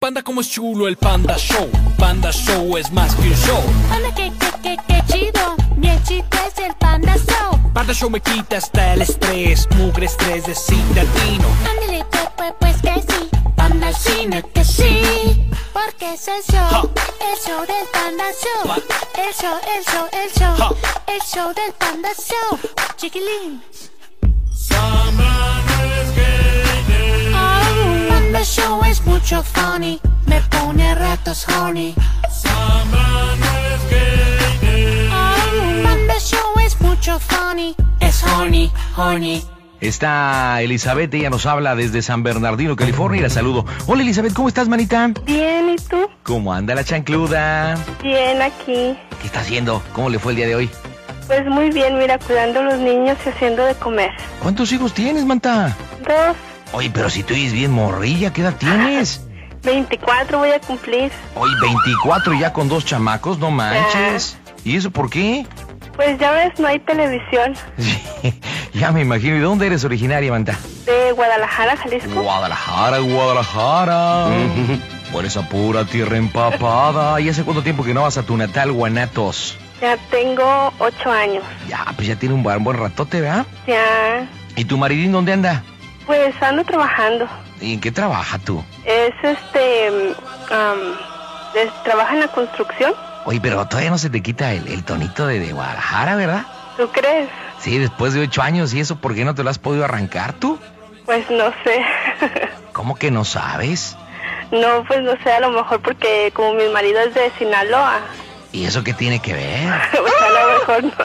Panda como es chulo el Panda Show. Panda Show es más que un show. Panda que, que, que, que chido, bien chido es el Panda Show. Panda Show me quita hasta el estrés. Mugre estrés de citadino. Ándale, pues, pues, pues que sí, Panda Cine que sí. Porque es el show, Ja. el show del Panda Show. Wa. El show, el show, el show, Ja. el show del Panda Show. Chiquilín. Au. Panda Show es mucho funny, me pone a ratos horny. Au. Panda Show es mucho funny, es horny, horny. Está Elizabeth, ella nos habla desde San Bernardino, California, y la saludo. Hola Elizabeth, ¿cómo estás, manita? Bien, ¿y tú? ¿Cómo anda la chancluda? Bien, aquí. ¿Qué está haciendo? ¿Cómo le fue el día de hoy? Pues muy bien, mira, cuidando a los niños y haciendo de comer. ¿Cuántos hijos tienes, manta? Dos, Oye, pero si tú eres bien morrilla, ¿qué edad tienes? 24 voy a cumplir. Hoy 24 ya con dos chamacos, no manches. ¿Y eso por qué? Pues ya ves, no hay televisión. ya me imagino. ¿Y dónde eres originaria, manta? De Guadalajara, Jalisco. Guadalajara, Guadalajara. Por esa pura tierra empapada. ¿Y hace cuánto tiempo que no vas a tu natal, Guanatos? Ya tengo 8 años. Ya, pues ya tiene un buen, buen ratote, ¿verdad? Ya, ¿Y tu maridín dónde anda? pues ando trabajando. ¿Y en qué trabaja tú? Es este... mm, am, es- trabaja en la construcción. Oye, pero todavía no se te quita el, el tonito de, de Guadalajara, ¿verdad? ¿Tú crees? Sí, después de ocho años y eso, ¿por qué no te lo has podido arrancar tú? Pues no sé. ¿Cómo que no sabes? no, pues no sé, a lo mejor porque como mi marido es de Sinaloa. ¿Y eso qué tiene que ver? Pues a lo mejor no.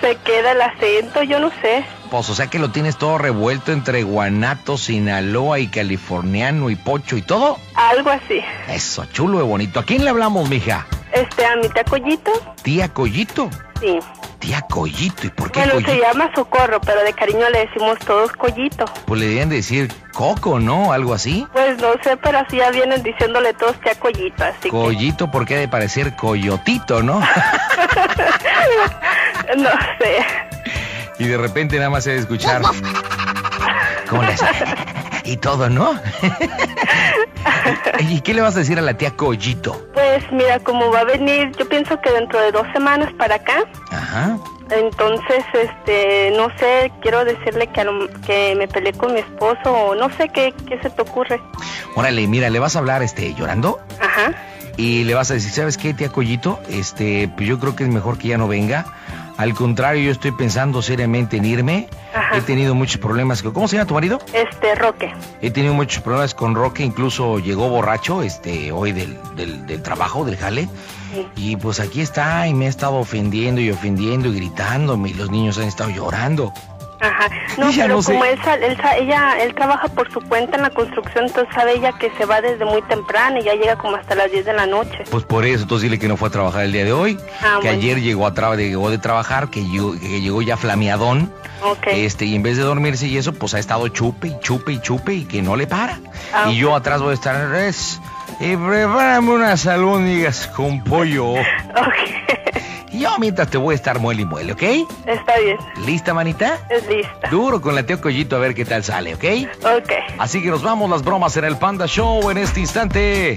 se queda el acento, yo no sé. Pues, o sea que lo tienes todo revuelto entre Guanato, Sinaloa y Californiano y Pocho y todo. Algo así. Eso, chulo y bonito. ¿A quién le hablamos, mija? Este, a mi tía Collito, ¿Tía Collito? sí. Tía Collito, ¿y por qué Bueno, Collito? se llama Socorro, pero de cariño le decimos todos Collito. Pues le deben decir Coco, ¿no? Algo así. Pues no sé, pero así ya vienen diciéndole todos tía Collito, así Collito porque ha de parecer Coyotito, ¿no? que no sé. y de repente nada más se de escuchar. ¿Cómo le hace? Y todo, ¿no? ¿Y qué le vas a decir a la tía Collito? Pues mira, como va a venir, yo pienso que dentro de dos semanas para acá, Ajá. entonces, este, no sé, quiero decirle que, a lo- que me peleé con mi esposo o no sé qué, qué se te ocurre. Órale, mira, le vas a hablar, este, llorando. Ajá. y le vas a decir, ¿sabes qué, tía Collito? Este, pues yo creo que es mejor que ya no venga. Al contrario, yo estoy pensando seriamente en irme. Ajá. He tenido muchos problemas. con- ¿Cómo se llama tu marido? Este, Roque. He tenido muchos problemas con Roque, incluso llegó borracho este, hoy del, del- del trabajo, del jale. Sí. Y pues aquí está, y me ha estado ofendiendo y ofendiendo y gritándome, y los niños han estado llorando. Ajá. No, Ya pero no sé. como él, sal- él sa- ella, él trabaja por su cuenta en la construcción, entonces sabe ella que se va desde muy temprano y ya llega como hasta las 10 de la noche. Pues por eso, entonces dile que no fue a trabajar el día de hoy, Ah, que bueno. ayer llegó, a tra- llegó de trabajar, que llegó, que llegó ya flameadón. Ok. Este, y en vez de dormirse y eso, pues ha estado chupe y chupe y chupe y que no le para. Ah. Y yo atrás voy a estar res. Y prepárame unas alóndigas con pollo. Ok. Y yo mientras te voy a estar muele y muele, ¿ok? Está bien. ¿Lista, manita? Es lista. Duro con la tía Collito a ver qué tal sale, ¿ok? Ok. Así que nos vamos, las bromas en el Panda Show en este instante.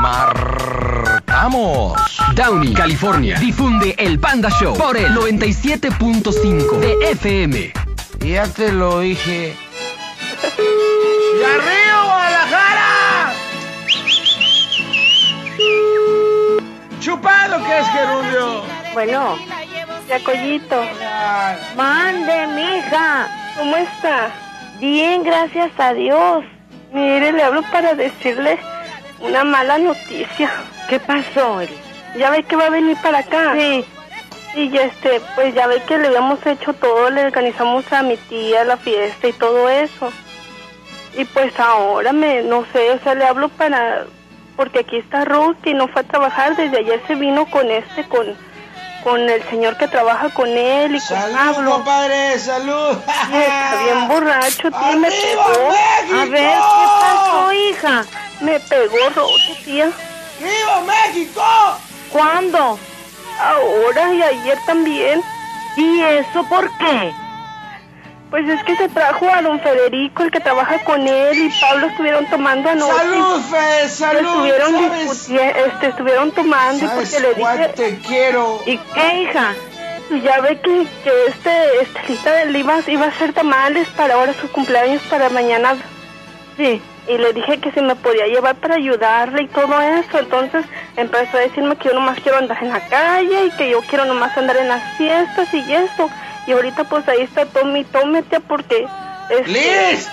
Marcamos. Downey, California. Difunde el Panda Show por el 97.5 de FM. Ya te lo dije. ¡Y arriba, Guadalajara! ¡Chupado que es gerundio! Bueno, Ya Collito, mande, mija. ¿cómo está? Bien, gracias a Dios. Mire, le hablo para decirle una mala noticia. ¿Qué pasó, Eli? Ya ve que va a venir para acá. Sí, Y ya este, pues ya ve que le habíamos hecho todo, le organizamos a mi tía la fiesta y todo eso. Y pues ahora me, no sé, o sea, le hablo para, porque aquí está Ruth y no fue a trabajar, desde ayer se vino con este, con, con el señor que trabaja con él y con Pablo. compadre, salud. Y está bien borracho, tío, me pegó, a ver, ¿qué pasó, hija? me pegó Ruth, tía. ¡Viva México! ¿Cuándo? Ahora y ayer también, ¿Y eso por qué? Pues es que se trajo a don Federico, el que trabaja con él, y Pablo estuvieron tomando anoche. Salud, Fe, salud. Estuvieron ¿Sabes, discutiendo, este, estuvieron tomando y ¿sabes porque le dije, cuál te quiero? ¿Y qué, hija? y ya ve que, que este, este lista de Libas iba a hacer tamales para ahora su cumpleaños para mañana. Sí. Y le dije que si me podía llevar para ayudarle y todo eso. Entonces empezó a decirme que yo nomás quiero andar en la calle y que yo quiero nomás andar en las fiestas y eso. Y ahorita pues ahí está Tommy, tómete porque... este, ¡Liz!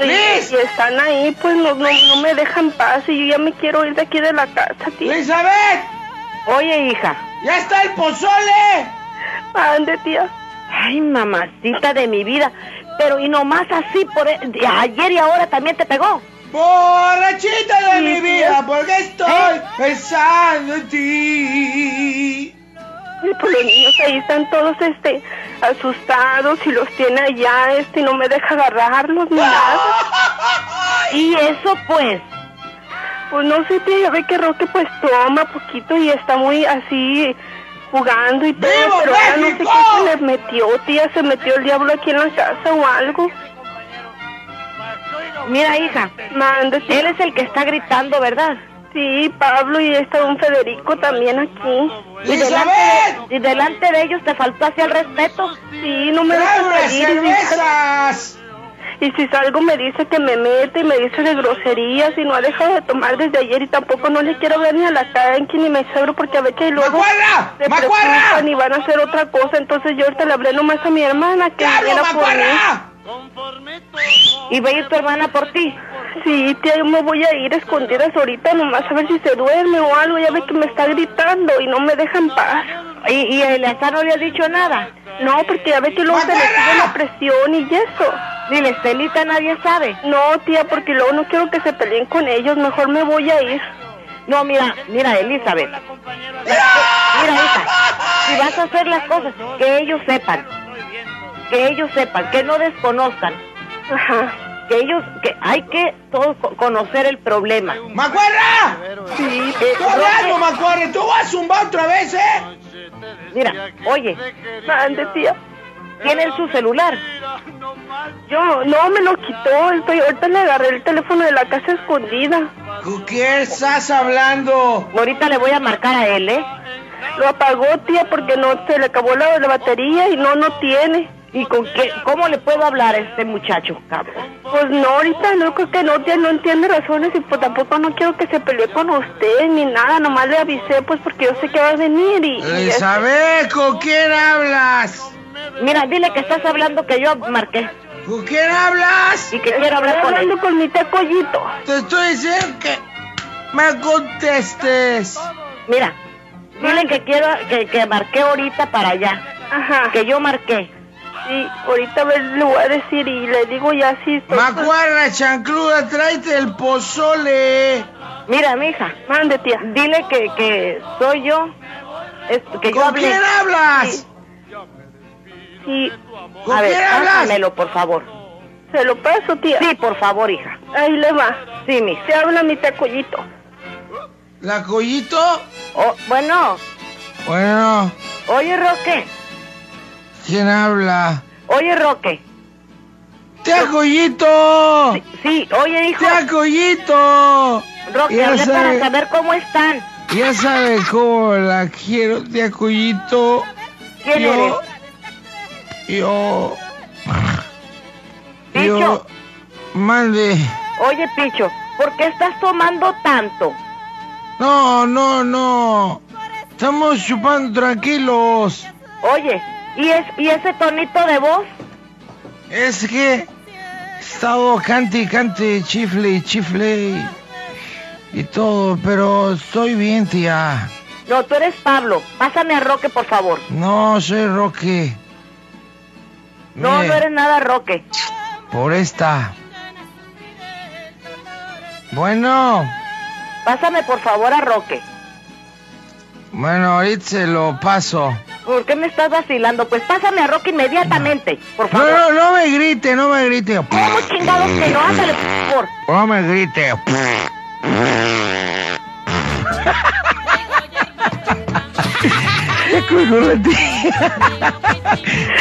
Y, ¡Liz! y están ahí, pues no, no, no me dejan paz y yo ya me quiero ir de aquí de la casa, tía. ¡Elizabeth! Oye, hija. ¡Ya está el pozole! Ande, tía. Ay, mamacita de mi vida. Pero y nomás así, por e- de ayer y ahora también te pegó. ¡Borrachita de Sí, ¿Eh? mi sí. vida! Porque estoy pensando en ti. Y pues los niños ahí están todos este asustados y los tiene allá, este, y no me deja agarrarlos ni nada. Y eso pues. Pues no sé, tía, ya ve que Roque pues toma poquito y está muy así jugando y todo, ¡Viva pero ahora no sé México! qué se le metió, tía, se metió el diablo aquí en la casa o algo. Mira, hija. Mande, tía. Él es el que está gritando, ¿verdad? Sí, Pablo y está don Federico también aquí. Y delante, ¡Elizabeth! de, y delante de ellos te faltó hacia el respeto. Sí, no me deja ¡Tráeme salir. Y si, sal- cervezas! y si salgo me dice que me mete y me dice de groserías y no ha dejado de tomar desde ayer y tampoco no le quiero ver ni a la tanque ni me cebro porque a veces luego ¡Macuarra! se ¡Macuarra! preocupan y van a hacer otra cosa. Entonces yo ahorita le hablé nomás a mi hermana que ¡Te hablo, viera por mí. Macuarra! Y ve a ir tu hermana por ti. Sí, tía, yo me voy a ir a escondidas ahorita nomás a ver si se duerme o algo. Ya ve que me está gritando y no me deja en paz. Y, y el Azar no le ha dicho nada. No, porque ya ve que luego se le ¡Macuarra! sube la presión y eso. Ni la Estelita nadie sabe. No, tía, porque luego no quiero que se peleen con ellos. Mejor me voy a ir. No, mira, mira, Elizabeth. Mira, hija, si vas a hacer las cosas, que ellos sepan. Que ellos sepan, que no desconozcan. Ajá. Que ellos, que hay que todos co- conocer el problema. ¡Macuarra! Eh, ¡Tú hablando, Roque, Macuarra! ¡Tú vas a zumbar otra vez, eh! mira, oye, Mande, tía. tienen su celular. Yo, no, me lo quitó. Estoy, ahorita le agarré el teléfono de la casa escondida. ¿Con qué estás hablando? Ahorita le voy a marcar a él, ¿eh? Lo apagó, tía, porque no se le acabó la, la batería y no, no tiene. ¿Y con qué, cómo le puedo hablar a este muchacho, cabrón? Pues no, ahorita no creo que no, tía, no entiende razones y pues tampoco no quiero que se pelee con usted ni nada. Nomás le avisé, pues, porque yo sé que va a venir y... Eh, y este- Elizabeth, ¿con quién hablas? Mira, dile que estás hablando que yo marqué ¿Con quién hablas? y que quiero hablar Estoy con él. hablando con mi tía Collito. Te estoy diciendo que me contestes. Mira, dile que quiero que, que marqué ahorita para allá, Ajá. que yo marqué. Sí, ahorita a ver, le voy a decir y le digo ya si estoy... Macuarra, chancluda, tráete el pozole. Mira, mija, Mande, tía. dile que, que soy yo, es- que yo ¿Con hablé. quién hablas? Sí. Y ¿Con A ver, quién hablas? pásamelo, por favor. se lo paso, tía. Sí, por favor, hija. Ahí le va. Sí, mija. Se habla mi tacollito. ¿La Collito? Oh, bueno, Bueno, oye, Roque, ¿quién habla? oye, Roque. ¡Tía Collito! Sí, sí, oye, hijo, ¡Tía Collito! Roque, Ya hablé para sabe- saber cómo están. Ya sabes cómo la quiero, tía Collito. ¿Quién yo, eres? Yo. Picho. Yo. Mande. Oye, Picho, ¿por qué estás tomando tanto? No, no, no. Estamos chupando tranquilos. Oye, ¿y, es, ¿y ese tonito de voz? Es que he estado cante y cante, chifle y chifle y, y todo, pero estoy bien, tía. No, tú eres Pablo. Pásame a Roque, por favor. No soy Roque. No, Mire, no eres nada Roque. Por esta. Bueno, Pásame, por favor, a Roque. bueno, ahorita se lo paso. ¿Por qué me estás vacilando? Pues pásame a Roque inmediatamente, por No, no, favor. no me grite, no me grite. ¿Cómo chingados que no? Ándale, por favor. No me grite. Con burla de ti.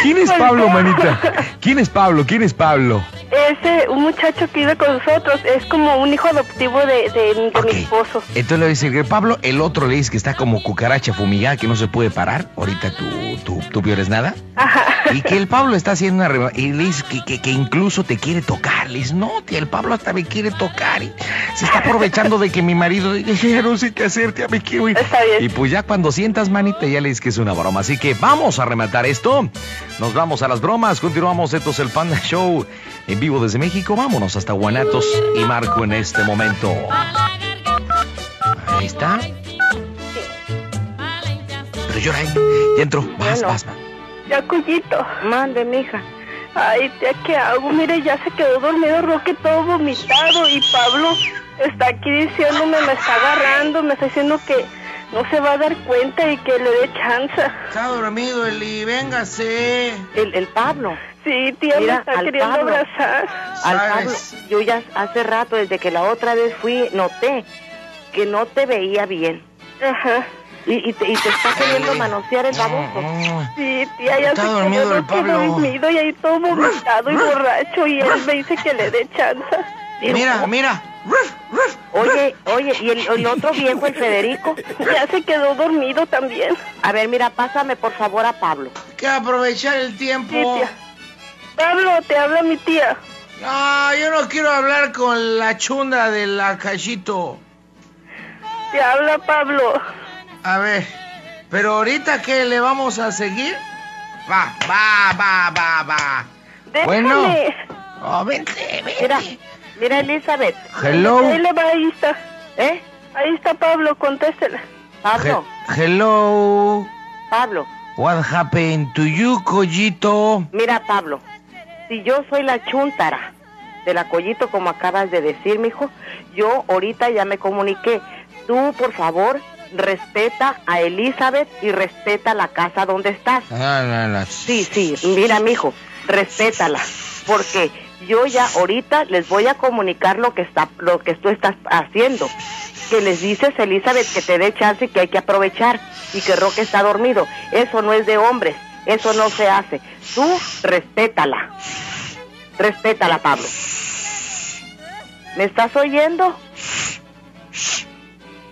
¿Quién es Pablo, manita? ¿Quién es Pablo? ¿Quién es Pablo? Ese, un muchacho que vive con nosotros, es como un hijo adoptivo de, de- de Ok. mi esposo. Entonces le dice que Pablo, el otro le dice que está como cucaracha fumigada, que no se puede parar. Ahorita tú, tú, tú violes nada. Ajá. Y que el Pablo está haciendo una reba- y le dice que, que- que incluso te quiere tocar. Le dice, no, tía, el Pablo hasta me quiere tocar. Y se está aprovechando de que mi marido dice, "Ya no sé qué hacer, tía, me quiero ir". Está bien. Y pues ya cuando sientas manita, ya le dices que es una broma. Así que vamos a rematar esto. Nos vamos a las bromas. Continuamos. Esto es el Panda Show en vivo desde México. Vámonos hasta Guanatos y Marco en este momento. Ahí está. Pero llora, ¿eh? ya entró. Vas, Bueno. vas, vas. Ya, Cuyito. Mande, mija. Ay, tía, ¿qué hago? Mire, ya se quedó dormido Roque todo vomitado y Pablo está aquí diciéndome, me está agarrando, me está diciendo que no se va a dar cuenta y que le dé chance. Está dormido, Eli, véngase. El, el Pablo. Sí, tía, Mira, me al está queriendo Pablo. abrazar. Al Pablo, ¿Sabes? yo ya hace rato, desde que la otra vez fui, noté que no te veía bien. Ajá. Y, y te, y te está queriendo manosear el baboso. Sí, tía, ya Está se dormido quedó el Roque Pablo. dormido y ahí todo vomitado y borracho y él me dice que le dé chance. Mira, mira. Ruf, ruf. Oye, oye, y el, el otro viejo, el Federico. Ya se quedó dormido también. A ver, mira, pásame por favor a Pablo. Hay que aprovechar el Sí, tiempo. tía. Pablo, te habla mi tía. No, yo no quiero hablar con la chunda de la cachito. Te habla Pablo. A ver, pero ahorita que le vamos a seguir. Va, va, va, va, va. Déjame. Bueno. Oh, vente, vente. Mira, mira, Elizabeth. Hello. Ahí le va, ahí está. ¿Eh? Ahí está Pablo, contéstela. Pablo, He- hello. Pablo. What happened to you, collito? Mira, Pablo, si yo soy la chuntara de la Collito, como acabas de decir, mijo, yo ahorita ya me comuniqué. Tú, por favor, respeta a Elizabeth y respeta la casa donde estás. Ah, la, la. Sí, sí, mira, mijo, respétala, porque yo ya ahorita les voy a comunicar lo que está, lo que tú estás haciendo. Que les dices, Elizabeth, que te dé chance y que hay que aprovechar y que Roque está dormido. Eso no es de hombres, eso no se hace. Tú respétala, respétala, Pablo. ¿Me estás oyendo?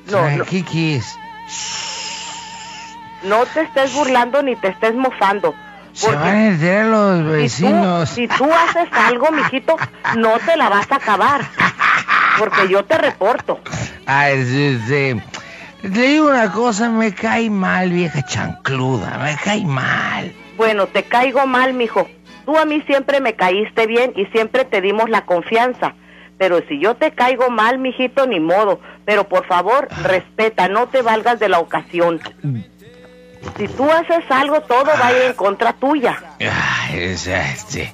No, no, Tranquiquis. no te estés burlando ni te estés mofando. Se porque- van a enterar los Si tú, vecinos. si tú haces algo, mijito, no te la vas a acabar. Porque yo te reporto. Ay, sí, sí. Te digo una cosa, me cae mal, vieja chancluda, me cae mal. Bueno, te caigo mal, mijo. Tú a mí siempre me caíste bien y siempre te dimos la confianza. Pero si yo te caigo mal, mijito, ni modo. Pero por favor, respeta, no te valgas de la ocasión. Si tú haces algo, todo va a ir en contra tuya. Ay, es- este.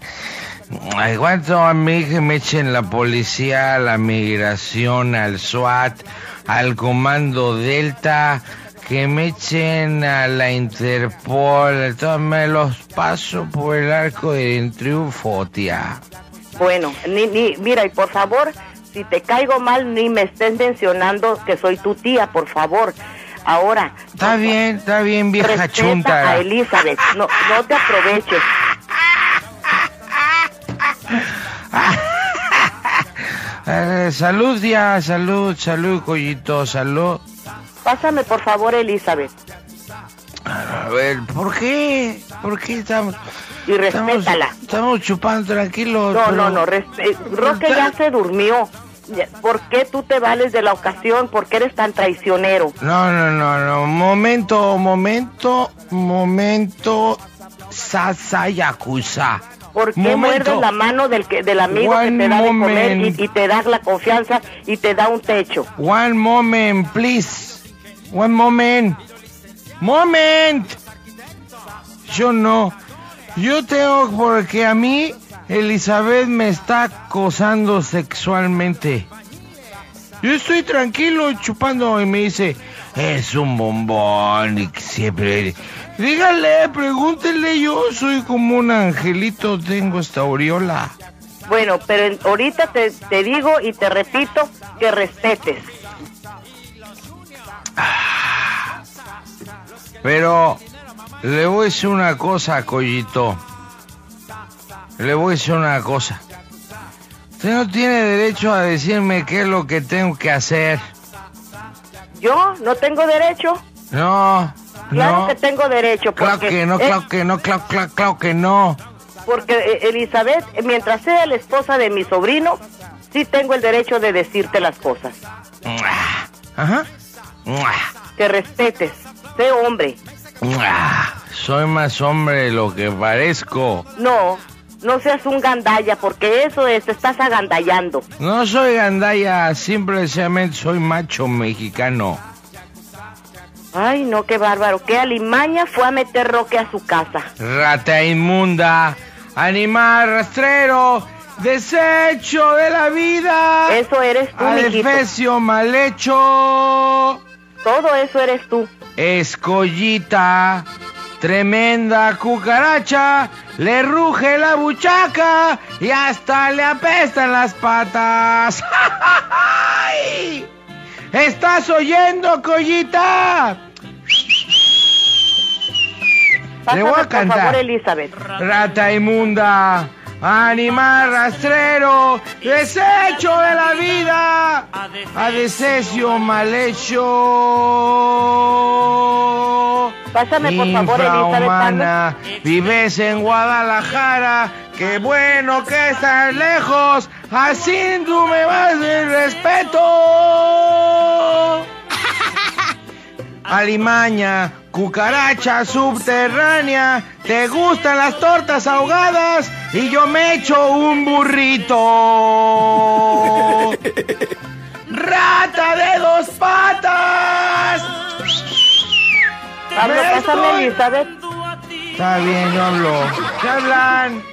Ay, ¿Cuánto a mí que me echen la policía, la migración, al SWAT, al Comando Delta? Que me echen a la Interpol, todos me los paso por el arco del triunfo, tía. Bueno, ni, ni, mira, y por favor, si te caigo mal, ni me estés mencionando que soy tu tía, por favor. Ahora, Está bien, está bien, vieja respeta chunta. a Elizabeth, no, no te aproveches. Eh, salud, tía, salud, salud, collito, salud. Pásame, por favor, Elizabeth, A ver, ¿por qué? ¿Por qué estamos...? y estamos- respétala. Estamos, chupando tranquilos. No, pero- no, no, respe- eh, Roque ya se durmió. Ya- ¿Por qué tú te vales de la ocasión? ¿Por qué eres tan traicionero? No, no, no, no. Momento, momento, momento. Sasa Yakuza. ¿Por qué Momento. muerdes la mano del, que, del amigo que One te da de comer moment. y, y te da la confianza y te da un techo? One moment, please. One moment. Moment. Yo no. Yo tengo porque a mí Elizabeth me está acosando sexualmente. Yo estoy tranquilo chupando y me dice, es un bombón y que siempre... eres". Dígale, pregúntele, yo soy como un angelito, tengo esta aureola. Bueno, pero en- ahorita te, te digo y te repito que respetes. Pero Le voy a decir una cosa, Collito. Le voy a decir una cosa. Usted no tiene derecho a decirme qué es lo que tengo que hacer. Yo no tengo derecho. No, Claro no. que tengo derecho. Porque, Claro que no, eh, claro que no, claro, claro, claro que no. Porque eh, Elizabeth, eh, mientras sea la esposa de mi sobrino, sí tengo el derecho de decirte las cosas. Mua, Ajá. Mua, Que respetes. Sé hombre. mua. Soy más hombre de lo que parezco. No, no seas un gandalla, porque eso es, te estás agandallando. No soy gandaya, simplemente soy macho mexicano. Ay, no, qué bárbaro. Qué alimaña fue a meter Roque a su casa. Rata inmunda, animal rastrero, desecho de la vida. Eso eres tú, mijito. Adefesio mal hecho. Todo eso eres tú. Escollita, tremenda cucaracha, le ruge la buchaca y hasta le apestan las patas. ¡Ay! ¿Estás oyendo, Collita? Pásame, voy a por cantar. favor, Elizabeth. Rata inmunda, animal rastrero, desecho de la vida, a desecho mal hecho. Pásame, por favor, Elizabeth Pablo. Infrahumana, vives en Guadalajara, qué bueno que estás lejos, así tú me vas el respeto. Alimaña, cucaracha subterránea, te gustan las tortas ahogadas y yo me echo un burrito. Rata de dos patas. Pablo, Me pásame, estoy- Elizabeth. Está bien, yo hablo. ¿Qué hablan?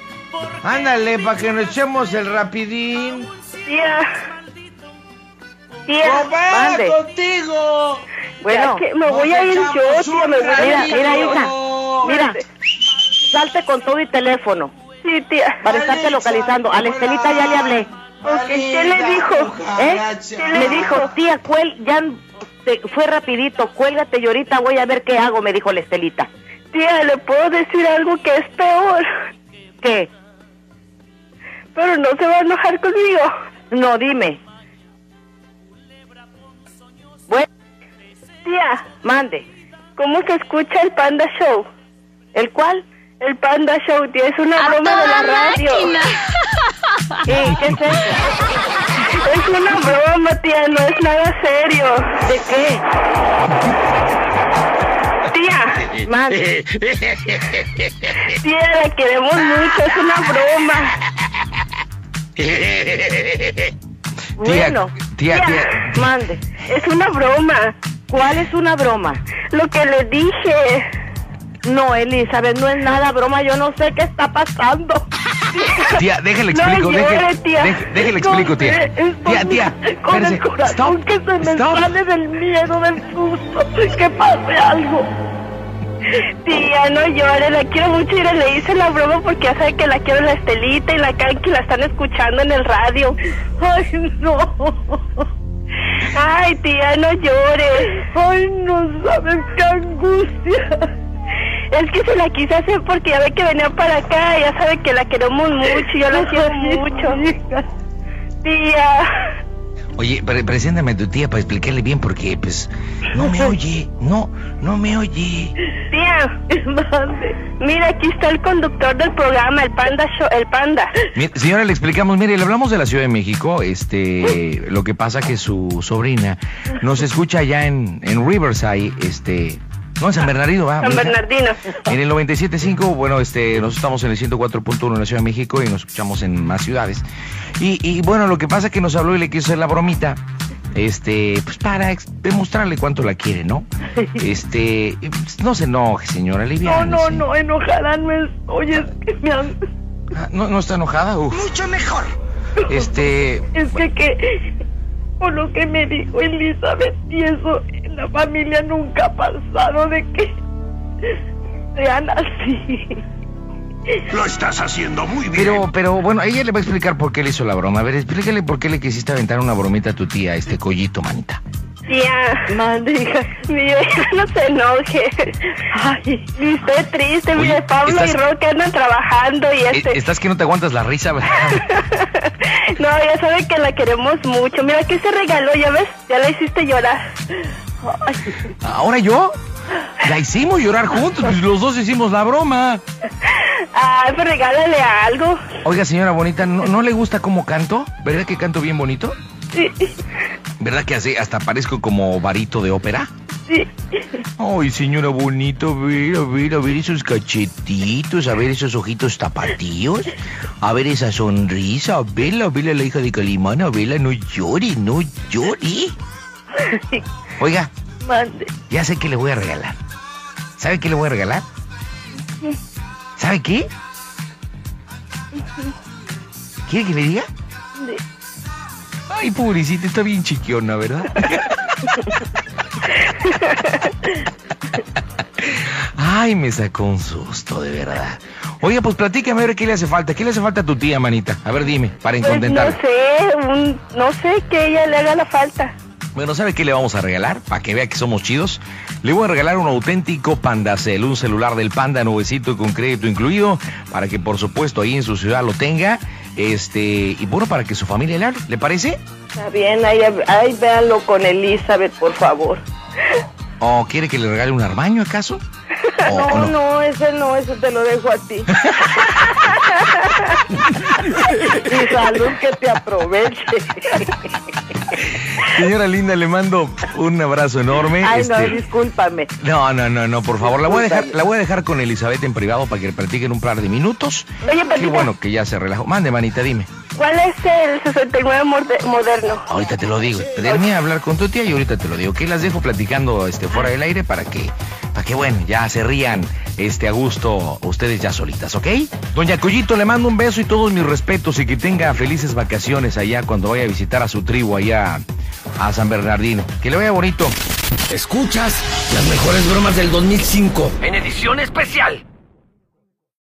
Ándale, para que nos echemos el rapidín. Tía. Tía, ¡Papá, mande. contigo! Bueno, que me voy a ir Nos yo, echamos tía, un me voy a mira, rapidín. mira, hija. Mira, salte con todo y teléfono Sí, tía. para estarte localizando. A la Estelita ya le hablé. Ok, ¿qué le dijo? ¿Eh? Cucaracha. Me dijo, tía, cuel, ya te- fue rapidito, cuélgate y ahorita voy a ver qué hago, me dijo la Estelita. Tía, le puedo decir algo que es peor, ¿Qué? pero no se va a enojar conmigo. No, dime. Bueno, Tía, mande. ¿cómo se escucha el Panda Show? ¿El cuál? El Panda Show, tía, es una broma de la radio. ¿Y qué es eso? Es una broma, tía, no es nada serio. ¿De qué? Tía, Mande. tía, la queremos mucho, es una broma. Bueno, Tía, tía, mande. Es una broma, ¿Cuál es una broma? lo que le dije. No, Elizabeth, no es nada broma. Yo no sé qué está pasando. Tía, déjale No explico, llore, déjale, tía. déjale, déjale explico, tía. Con- Tía, con- tía, Con espérese. el corazón Stop, que se me stop. sale del miedo, del susto, que pase algo. Tía, no llore, la quiero mucho y le hice la broma porque ya sabe que la quiero la Estelita y la Karen que la están escuchando en el radio. Ay, no. Ay, tía, no llore. Ay, no sabes qué angustia. Es que se Pues la quise hacer porque ya ve que venía para acá, ya sabe que la queremos mucho, yo la quiero mucho. Tía, Oye, pre- preséntame a tu tía para explicarle bien porque, pues, no me oye, no, no me oye. tía, mira aquí está el conductor del programa, el panda show, el panda. Mi- señora, le explicamos, mire, le hablamos de la Ciudad de México, este, lo que pasa que su sobrina nos escucha allá en, en Riverside, este, no, en San Bernardino, va. San Bernardino. En el 97.5, bueno, este, nosotros estamos en el 104.1 en la Ciudad de México y nos escuchamos en más ciudades. Y, y, bueno, lo que pasa es que nos habló y le quiso hacer la bromita, este, pues para ex- demostrarle cuánto la quiere, ¿no? Este, y, pues, no se enoje, señora, No, aliviánese. no, no, enojada no es. Oye, es que me han- Ah, ¿No, no está enojada? Mucho mejor. Este, Es que, que por lo que me dijo Elizabeth y eso en la familia nunca ha pasado de que sean así. pero, pero bueno, ella le va a explicar por qué le hizo la broma. A ver, explícale por qué le quisiste aventar una bromita a tu tía, este collito, manita. Tía, Mande, hija. mi vieja no se enoje. Ay, Y estoy triste, Oye, mire, Pablo estás- y Roque andan trabajando y Eh, este... Estás que no te aguantas la risa, ¿verdad? no, ya sabe que la queremos mucho. Mira, ¿qué se regaló? ¿Ya ves? Ya la hiciste llorar. ay, ¿Ahora yo? La hicimos llorar juntos, pues los dos hicimos la broma. Ay, pues regálale algo. Oiga, señora bonita, ¿no, no le gusta cómo canto? ¿Verdad que canto bien bonito? Sí, ¿Verdad que así hasta parezco como varito de ópera? sí. Ay, señora bonito, a ver, a ver, a ver esos cachetitos, a ver esos ojitos tapatíos, a ver esa sonrisa, a verla, a verla la hija de Calimán, a verla, no llore, no llore. Oiga, mande. ya sé qué le voy a regalar. ¿Sabe qué le voy a regalar? ¿Sabe qué? ¿Quiere que le diga? Ay, pobrecita, está bien chiquiona, ¿verdad? Ay, me sacó un susto, de verdad. Oiga, pues platícame a ver qué le hace falta. ¿Qué le hace falta a tu tía, manita? A ver, dime, para Pues no incontentarla. sé, un- no sé que ella le haga la falta. Bueno, ¿sabe qué le vamos a regalar? Para que vea que somos chidos. Le voy a regalar un auténtico Pandacel, un celular del Panda nuevecito con crédito incluido, para que por supuesto ahí en su ciudad lo tenga. Este, y bueno, para que su familia le hable. ¿Le parece? Está bien, ahí, ahí véanlo con Elizabeth, por favor. ¿O quiere que le regale un armaño acaso? ¿O- o No, no, ese no, ese te lo dejo a ti. Y salud que te aproveche. Señora Linda, le mando un abrazo enorme. Ay, no, Este, discúlpame. no, no, no, no, por favor, la voy, a dejar, la voy a dejar con Elizabeth en privado para que practiquen un par de minutos. Oye, Qué Patita, bueno que ya se relajó. Mande, manita, dime. ¿cuál es el 69 morde- moderno? Ahorita te lo digo. Terminé de hablar con tu tía y ahorita te lo digo. Que las dejo platicando este, fuera del aire para que, para que, bueno, ya se rían este, a gusto ustedes ya solitas, ¿ok? Doña Collito, le mando un beso y todos mis respetos y que tenga felices vacaciones allá cuando vaya a visitar a su tribu allá a San Bernardino. Que le vaya bonito. Escuchas las mejores bromas del 2005. En edición especial.